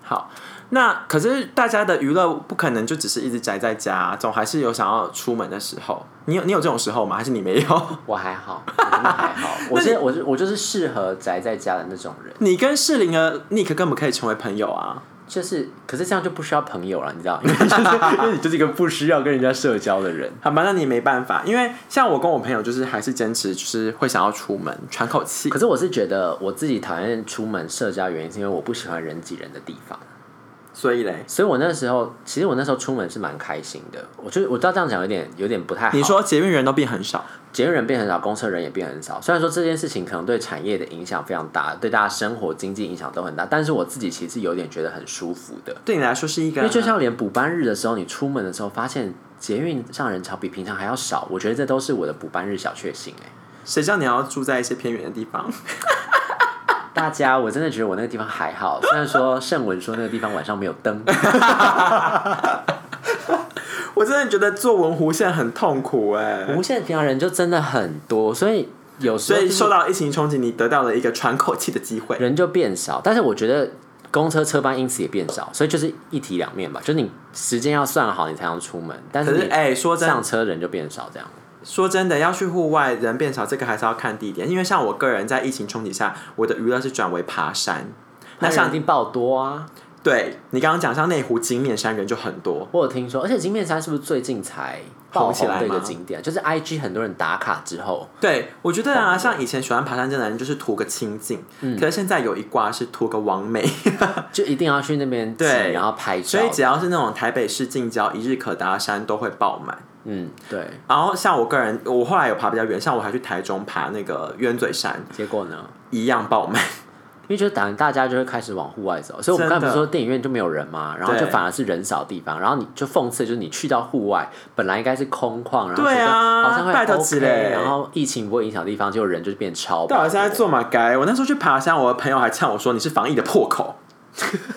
A: 好，那可是大家的娱乐不可能就只是一直宅在家，总还是有想要出门的时候。你有你有这种时候吗？还是你没有？
B: 我还好，我真的还好，我是我是我就是适合宅在家的那种人，
A: 你跟适龄的 Nick 根本可以成为朋友啊！
B: 就是可是这样就不需要朋友了，你知道，因为 就是因为你就是一个不需要跟人家社交的人。
A: 好吧，那你没办法，因为像我跟我朋友就是还是坚持，就是会想要出门喘口气
B: 可。是我是觉得我自己讨厌出门社交，原因是因为我不喜欢人挤人的地方。
A: 所以嘞，
B: 所以我那时候，其实我那时候出门是蛮开心的。我就我知道这样讲有点有点不太好。
A: 你说捷运人都变很少，
B: 捷运人变很少，公车人也变很少。虽然说这件事情可能对产业的影响非常大，对大家生活经济影响都很大，但是我自己其实有点觉得很舒服的，
A: 对你来说是一个
B: 因为就像连补班日的时候，你出门的时候发现捷运上人潮比平常还要少，我觉得这都是我的补班日小确幸哎、
A: 谁叫你要住在一些偏远的地方？
B: 大家，我真的觉得我那个地方还好，虽然说盛文说那个地方晚上没有灯，
A: 我真的觉得做文湖现在很痛苦哎、
B: 无线平常人就真的很多，所以有时
A: 所
B: 候
A: 以
B: 就是
A: 受到疫情冲击，你得到了一个喘口气的机会。
B: 人就变少，但是我觉得公车车班因此也变少，所以就是一体两面吧，就是你时间要算好，你才能出门，但
A: 可
B: 是
A: 是
B: 你
A: 哎、说真
B: 上车人就变少，这样
A: 说真的，要去户外人变少，这个还是要看地点。因为像我个人在疫情冲击下，我的娱乐是转为爬山。那
B: 那人
A: 像
B: 一定爆多啊！
A: 对你刚刚讲，像内湖金面山人就很多，
B: 我有听说，而且金面山是不是最近才爆
A: 红起
B: 红
A: 来
B: 的一个
A: 吗
B: 景点？就是 IG 很多人打卡 之后，
A: 对，我觉得啊，像以前喜欢爬山这的人，就是图个清静，
B: 嗯
A: 可是现在有一挂是图个完美，
B: 就一定要去那边挤
A: 对
B: 然后拍照
A: 所以。只要是那种台北市近郊一日可达的山都会爆满。
B: 嗯，对。
A: 然后像我个人，我后来有爬比较远，像我还去台中爬那个鸢嘴山，
B: 结果呢？
A: 一样爆满。
B: 因为就是打大家就会开始往户外走，所以我们
A: 真的
B: 刚才不是说电影院就没有人嘛，然后
A: 对
B: 就反而是人少的地方，然后你就讽刺，就是你去到户外本来应该是空旷，然后觉
A: 对
B: 得
A: 啊
B: 好像会
A: 拜托
B: OK，
A: 之类
B: 然后疫情不会影响的地方，结果人就是变超爆
A: 到底是在做马该？我那时候去爬山，我的朋友还呛我说你是防疫的破口。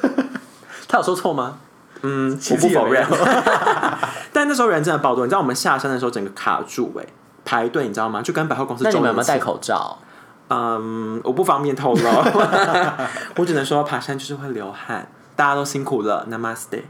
B: 他有说错吗？
A: 嗯，
B: 其
A: 我
B: 实
A: 不
B: 也
A: 否
B: 没
A: 认
B: 有。
A: 但那时候人真的爆多，你知道我们下山的时候整个卡住哎、排队你知道吗？就跟百货公司
B: 那你
A: 周
B: 们有
A: 年
B: 没有戴
A: 庆。
B: 口罩？
A: 嗯，我不方便透露， 我只能说爬山就是会流汗，大家都辛苦了，Namaste。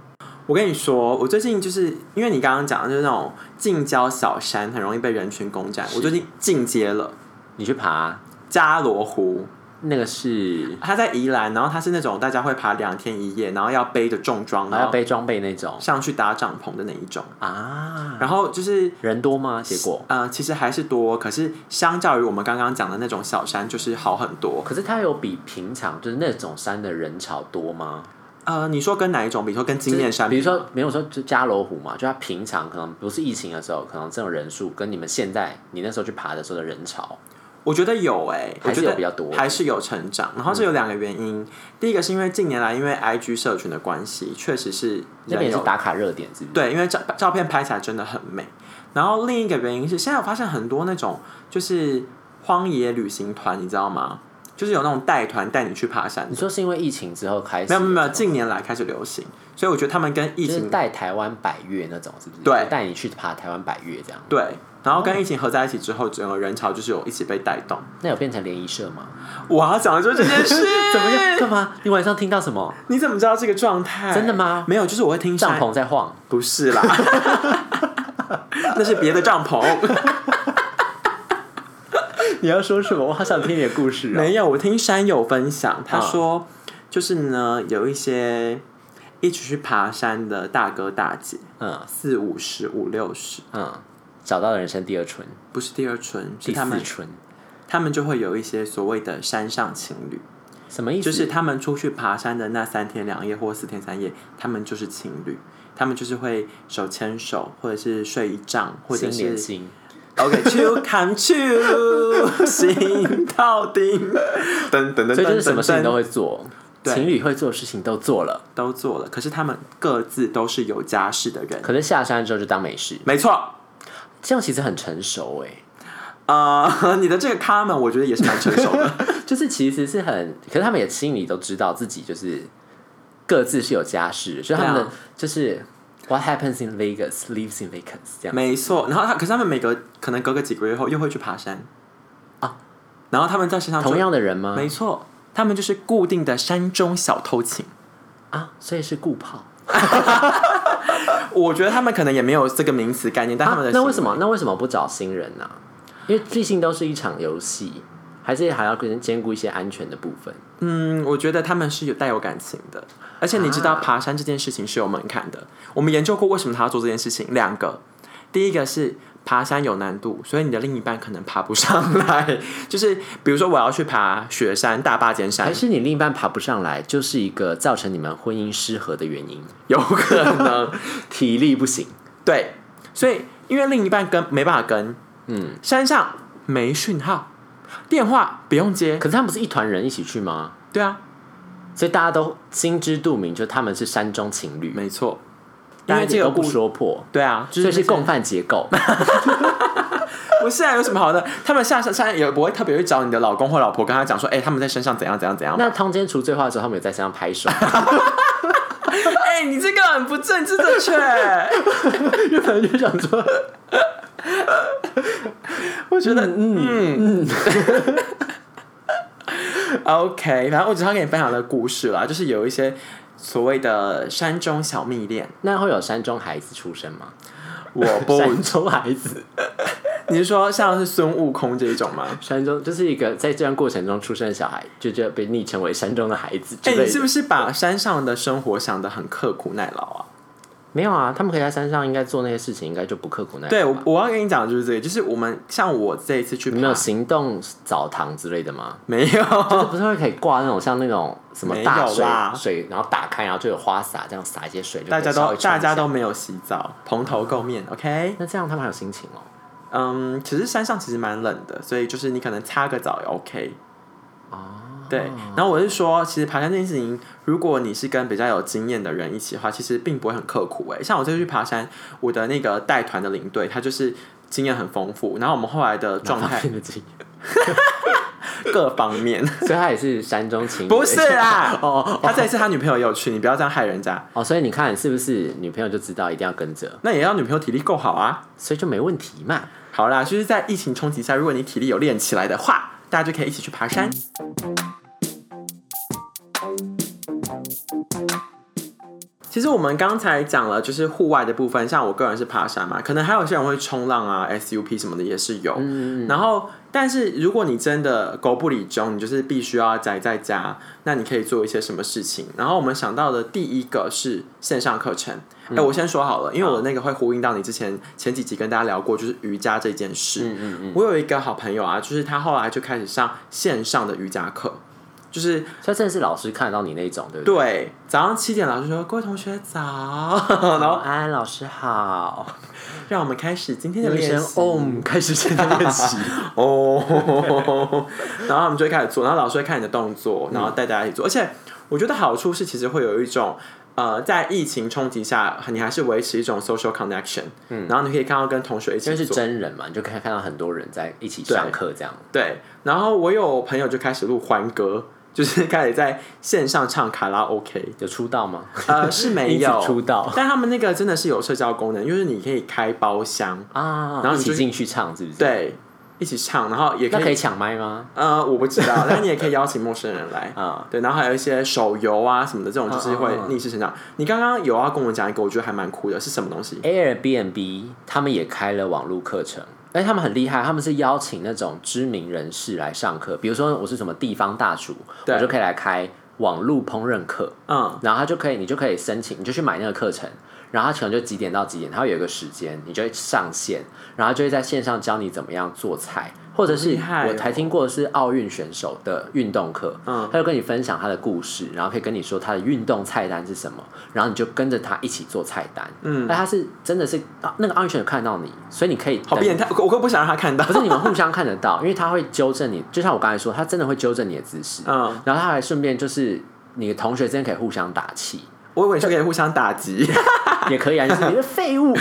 A: 我跟你说，我最近就是因为你刚刚讲的就是那种近郊小山，很容易被人群攻占。我最近进阶了
B: 你去爬
A: 加罗湖，
B: 那个是
A: 它在宜兰，然后它是那种大家会爬两天一夜，然后要背着重装，
B: 还
A: 然
B: 要
A: 后
B: 背装备那种
A: 上去搭帐篷的那一种。
B: 啊？
A: 然后就是
B: 人多吗？结果？
A: 呃，其实还是多，可是相较于我们刚刚讲的那种小山，就是好很多。
B: 可是它有比平常就是那种山的人潮多吗？
A: 呃，你说跟哪一种？比如说跟金面山
B: 比
A: 比，
B: 如说没有说就加罗湖嘛，就它平常可能不是疫情的时候，可能这种人数跟你们现在你那时候去爬的时候的人潮，
A: 我觉得有哎、我
B: 还是
A: 觉得
B: 有比较多
A: 还是有成长。然后这有两个原因，第一个是因为近年来因为 IG 社群的关系，确实是
B: 那边
A: 人
B: 也是
A: 有
B: 打卡热点，是不是？
A: 对，因为照照片拍起来真的很美。然后另一个原因是，现在我发现很多那种就是荒野旅行团，你知道吗？就是有那种带团带你去爬山
B: 你，说是因为疫情之后开始
A: 没有没有没有，
B: 这种
A: 近年来开始流行，所以我觉得他们跟疫
B: 就是
A: 情
B: 带台湾百越那种，是不是？
A: 对
B: 就带你去爬台湾百越这样。
A: 对，然后跟疫情合在一起之后，整个人潮就是有一起被带动。
B: 那有变成联谊社吗？，
A: 我要讲的就是这件事
B: 怎么样？干嘛？你晚上听到什么？
A: 你怎么知道这个状态？
B: 真的吗
A: 没有，就是我会听
B: 帐
A: 山，
B: 篷在晃，
A: 不是 啦，那是别的帐篷。
B: 你要说什么？我好想听你的故事啊
A: 没有，我听山友分
B: 嗯
A: 享，他说、就是呢，有一些一起去爬山的大哥大姐，
B: 嗯
A: 四五十、五六十，
B: 嗯，找到了人生第二春、
A: 不是第二春，是
B: 第
A: 他
B: 四
A: 们，
B: 春，
A: 他们就会有一些所谓的山上情侣。
B: 什么意思？
A: 就是他们出去爬山的那三天两夜或四天三夜，他们就是情侣，他们就是会手牵手，或者是睡一仗，或者
B: 心连
A: 是
B: 心，
A: OK to come to 心到顶，等等等等，
B: 所以就是什么事情
A: 等
B: 都会做，
A: 对
B: 情侣会做的事情都做了，
A: 都做了，可是他们各自都是有家室的人，
B: 可是下山之后就当没事，
A: 没错。
B: 这样其实很成熟哎、
A: 呃， 你的这个 comment 我觉得也是蛮成熟 的，
B: 就是其实是很，可是他们也心里都知道自己就是各自是有家室的，所以他们的、
A: 对啊
B: 就是 What happens in Vegas leaves in Vegas 这样。
A: 没错。然后他，可是他们每隔可能隔个几个月后又会去爬山
B: 啊，
A: 然后他们在身上就
B: 同样的人吗？
A: 没错，他们就是固定的山中小偷情。
B: 啊，所以是固炮。
A: 我觉得他们可能也没有这个名词概念，但他们的、
B: 啊、那为什？么那为什么不找新人呢、因为毕竟都是一场游戏，还是还要跟兼顾一些安全的部分。
A: 嗯，我觉得他们是有带有感情的，而且你知道
B: 啊
A: 爬山这件事情是有门槛的。我们研究过为什么他要做这件事情，两个，第一个是。爬山有难度，所以你的另一半可能爬不上来。就是比如说，我要去爬雪山、大坝尖山
B: 还，是你另一半爬不上来，就是一个造成你们婚姻失和的原因，
A: 有可能
B: 体力不行。
A: 对。所以因为另一半跟没办法跟，
B: 嗯，
A: 山上没讯号，电话不用接。
B: 可是他们不是一团人一起去吗？
A: 对啊，
B: 所以大家都心知肚明，就是他们是山中情侣，
A: 没错，因
B: 大家
A: 为
B: 也
A: 这个
B: 都不
A: 故
B: 说破，
A: 对啊，就
B: 所以
A: 是
B: 是共犯结构。
A: 不是啊，有什么好的？他们下山山也不会特别去找你的老公或老婆，跟他讲说，哎、他们在身上怎样怎样怎样。
B: 那通奸除罪化的时候，他们有在山上拍 手，
A: 哎、你这个很不政治正确。
B: 原本就想 说，
A: 我 觉得，嗯嗯。OK，反正我呃只要跟你分享的故事啦，就是有一些所谓的山中小蜜恋。
B: 那会有山中孩子出生吗？
A: 我 不，
B: 山中孩子，
A: 你是说像是孙悟空这一种吗？
B: 山中就是一个在这段过程中出生的小孩，就就被昵称为山中的孩子之
A: 哎、
B: 类的。
A: 你是不是把山上的生活想得很刻苦耐劳啊？
B: 没有啊？他们可以在山上应该做那些事情，应该就不刻苦耐劳吧。
A: 对，我我要跟你讲的就是这个，就是我们像我这一次去爬，
B: 你们有行动澡堂之类的吗？
A: 没有，
B: 就是不是会可以挂那种像那种什么大
A: 没有
B: 水
A: 啦
B: 水，然后打开，然后就有花洒，这样洒一些水就可
A: 大
B: 以
A: 家
B: 稍
A: 都
B: 微冲
A: 大
B: 一
A: 家
B: 下
A: 都没有洗澡，蓬头垢面，OK？
B: 那这样他们还有心情哦。
A: 嗯，其实山上其实蛮冷的，所以就是你可能擦个澡也 OK。
B: 哦，
A: 对，然后我是说，其实爬山这件事情，如果你是跟比较有经验的人一起的话，其实并不会很刻苦诶、像我这次去爬山，我的那个带团的领队，他就是经验很丰富，然后我们后来的状 态
B: 变得这样，
A: 各方面，
B: 所以他也是山中情侣，，
A: 不是啦
B: 哦
A: 他这一次他女朋友也有去，你不要这样害人家，
B: 哦，所以你看是不是女朋友就知道一定要跟着，
A: 那也要女朋友体力够好啊。
B: 所以就没问题嘛。
A: 好啦，就是在疫情冲击下，如果你体力有练起来的话，大家就可以一起去爬山。其实我们刚才讲了，就是户外的部分，像我个人是爬山嘛，可能还有些人会冲浪啊、SUP 什么的也是有。然后，但是如果你真的狗不理中，你就是必须要宅在家，那你可以做一些什么事情？然后我们想到的第一个是线上课程。哎、我先说好了，因为我那个会呼应到你之前前几集跟大家聊过，就是瑜伽这件事。
B: 嗯嗯嗯，
A: 我有一个好朋友啊，就是他后来就开始上线上的瑜伽课，就是
B: 所以真的是老师看得到你那种，对不对？
A: 对早上七点老师说各位同学早， 然
B: 早
A: 后
B: 安，老师好。
A: 让我们开始今天的
B: 女
A: 练
B: 生
A: 习。
B: Om 哦开始现在 练习，
A: 哦，然后他们就会开始做，然后老师会看你的动作，然后带大家一起做。而且我觉得好处是，其实会有一种呃，在疫情冲击下，你还是维持一种 social connection，嗯，然后你可以看到跟同学一
B: 因
A: 起
B: 为是
A: 做，
B: 真人嘛，你就可以看到很多人在一起上课这样。
A: 对。然后我有朋友就开始录欢歌， 就是开始在线上唱卡拉 OK，
B: 有出道吗？
A: 呃，是没
B: 因此出
A: 有。
B: 道
A: 但他们那个真的是有社交功能，就是你可以开包 厢，
B: 啊，
A: 然后
B: 一
A: 你就
B: 起进去唱是不是？，
A: 对，一起唱，然后也
B: 那
A: 可
B: 可
A: 以，
B: 以抢麦吗？
A: 呃，我不知 道，但你也可以邀请陌生人来，
B: 啊，
A: 对，然后还有一些手游啊什么的，这种就是会
B: 嗯嗯嗯
A: 逆势成长。你刚刚有要跟我讲一个，我觉得还蛮酷的，是什么东西？
B: Airbnb 他们也开了网络课程，而且他们很厉害，他们是邀请那种知名人士来上课，比如说我是什么地方大厨，
A: 对
B: 我就可以来开网络烹饪课，
A: 嗯，
B: 然后他就可以，你就可以申请，你就去买那个课程，然后他可能就几点到几点，他会有一个时间，你就会上线，然后他就会在线上教你怎么样做菜，或者是
A: 厉害哦
B: 我才听过是奥运选手的运动课，
A: 嗯
B: 他就跟你分享他的故事，然后可以跟你说他的运动菜单是什么，然后你就跟着他一起做菜单。
A: 嗯
B: 那他是真的是啊那个奥运选手看到你，所以你可以
A: 好
B: 等
A: 变态，我我可不想让他看到
B: 不。是你们互相看得到，因为他会纠正你，就像我刚才说，他真的会纠正你的姿势，
A: 嗯，
B: 然后他还顺便就是你的同学之间可以互相打气，
A: 我以为是可以互相打击，
B: 也可以啊，就是你是废 物。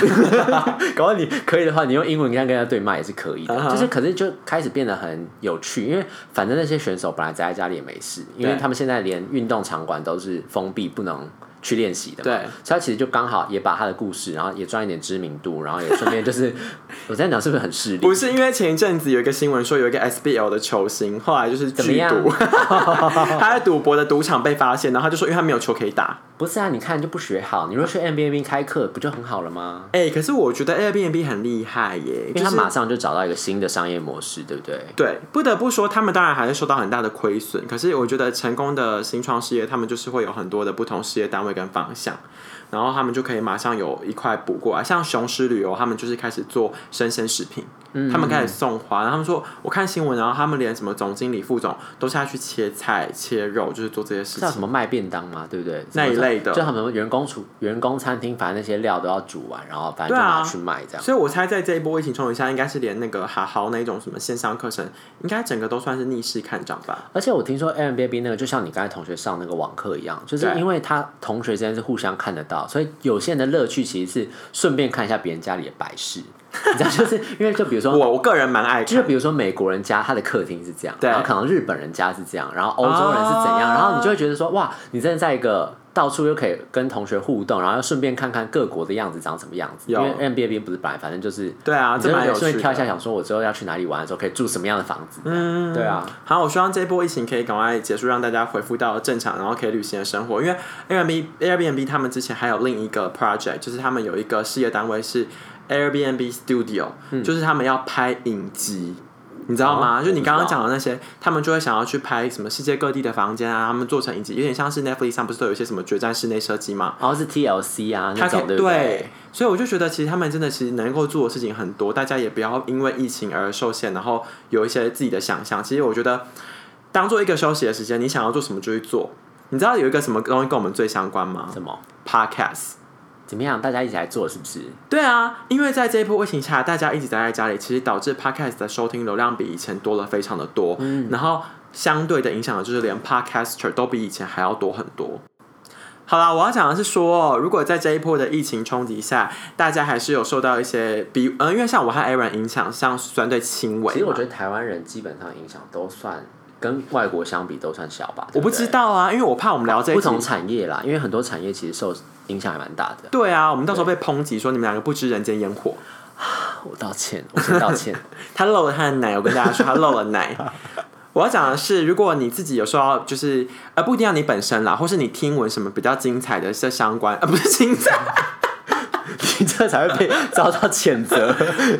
B: 搞到你可以的话，你用英文跟他跟他对骂也是可以的
A: 嗯哼
B: 就是可是就开始变得很有趣，因为反正那些选手本来宅在家里也没事，因为
A: 对
B: 他们现在连运动场馆都是封闭，不能。去练习 的嘛，
A: 对
B: 所以他其实就刚好也把他的故事，然后也赚一点知名度，然后也顺便就是， 我在讲是不是很势 利？
A: 不是因为前一阵子有一个新闻说有一个 SBL 的球星，后来就是
B: 怎么
A: 剧
B: 样
A: 毒， 他在赌博的赌场被发现，然后他就说因为他没有球可以打。
B: 不是啊，你看就不学好，你如果去 n b a 开课不就很好了吗？
A: 哎、可是我觉得 Airbnb 很厉害耶，
B: 因为
A: 就
B: 他
A: 是
B: 马上就找到一个新的商业模式，对不对？
A: 对，不得不说，他们当然还是受到很大的亏损。可是我觉得成功的新创事业，他们就是会有很多的不同事业单位跟方向，然后他们就可以马上有一块补过来。像雄狮旅游，他们就是开始做生鲜食品，
B: 嗯
A: 他们开始送花。然后他们说，我看新闻，然后他们连什么总经理、副总都下去切菜、切肉，就是做这些事
B: 叫什
A: 情。
B: 么卖便当嘛，对不对？
A: 那一类的
B: 就他们员工厨、员工餐厅，反正那些料都要煮完，然后反正就
A: 对啊
B: 拿去卖这样。
A: 所以我猜，在这一波疫情冲击下，应该是连那个哈豪那种什么线上课程，应该整个都算是逆势看涨吧。
B: 而且我听说 a m b b 那个，就像你刚才同学上那个网课一样，就是
A: 对
B: 因为他同学之间是互相看得到，所以有些人的乐趣其实是顺便看一下别人家里的摆饰，你知道，就是因为就比如说
A: 我我个人蛮爱
B: 就是
A: 看，
B: 比如说美国人家他的客厅是这样，
A: 对
B: 然后可能日本人家是这样，然后欧洲人是怎样，
A: 啊
B: 然后你就会觉得说哇，你真的在一个到处又可以跟同学互动，然后又顺便看看各国的样子长什么样子。因
A: 有
B: 为 n b a 不是本来反正就是
A: 对啊，
B: 你
A: 这
B: 就
A: 蛮
B: 会
A: 有
B: 顺
A: 趣的。
B: 便挑一下，想说我之后要去哪里玩的时候可以住什么样的房子。嗯，对啊，
A: 好，我希望这一波疫情可以赶快结束，让大家恢复到正常，然后可以旅行的生活。因为 Airbnb Airbnb 他们之前还有另一个 project，就是他们有一个事业单位是 Airbnb Studio，、就是他们要拍影集。你知道吗？
B: 嗯哦
A: 就你刚
B: 我
A: 刚
B: 不知道
A: 讲的那些，他们就会想要去拍什么世界各地的房间啊，他们做成影集，有点像是 Netflix 上不是都有一些什么决战室内设计吗？
B: 然后是 TLC 啊
A: 他
B: 那
A: 可
B: 种，
A: 以
B: 对不
A: 对，所以我就觉得其实他们真的其实能够做的事情很多，大家也不要因为疫情而受限，然后有一些自己的想象。其实我觉得当做一个休息的时间，你想要做什么就去做。你知道有一个什么东西跟我们最相关吗
B: 什么？
A: ？Podcast。
B: 怎么样？大家一起来做是不是？
A: 对啊，因为在这一波疫情下，大家一直宅在家里，其实导致 podcast 的收听流量比以前多了非常的多，
B: 嗯
A: 然后相对的影响就是连 podcaster 都比以前还要多很多。好啦，我要讲的是说，如果在这一波的疫情冲击下，大家还是有受到一些比，嗯、因为像我和 Aaron 影响，像相对轻微嘛。
B: 其实我觉得台湾人基本上影响都算跟外国相比都算小吧。
A: 我
B: 对
A: 不
B: 对
A: 知道啊，因为我怕我们聊这一
B: 不
A: 集
B: 同产业啦，因为很多产业其实受影响还蛮大的。
A: 对啊，我们到时候被抨击说你们两个不知人间烟火。
B: 我道歉，我先道歉。
A: 他漏了他的奶，我跟大家说，他漏了奶。我要讲的是，如果你自己有受到，就是呃，不一定要你本身啦，或是你听闻什么比较精彩的这相关，呃，不是精彩
B: 你这才 会被遭到谴 责。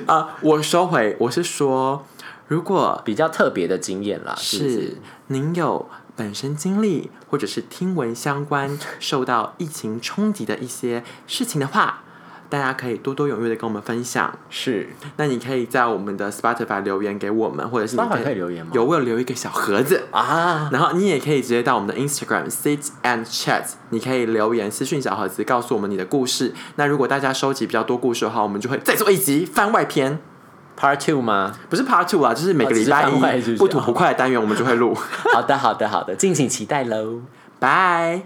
A: 啊、我收回，我是说，如果
B: 比较特别的经验啦，是不
A: 是
B: 是
A: 您有本身经历，或者是听闻相关受到疫情冲击的一些事情的话，大家可以多多踊跃的跟我们分享。
B: 是，
A: 那你可以在我们的 Spotify 留言给我们，或者是你
B: Spotify 可以留言吗
A: 有，我有留一个小盒子。
B: 啊。
A: 然后你也可以直接到我们的 Instagram sit and chat，你可以留言私讯小盒子，告诉我们你的故事。那如果大家收集比较多故事的话，我们就会再做一集番外篇，
B: Part Two 吗？
A: 不是 Part Two 啦，就是每个礼
B: 哦
A: 拜
B: 只是番外是
A: 一
B: 不
A: 不
B: 是
A: 吐不快的单元我们就会录。
B: 好的，好的，好的，敬请期待喽。
A: 拜。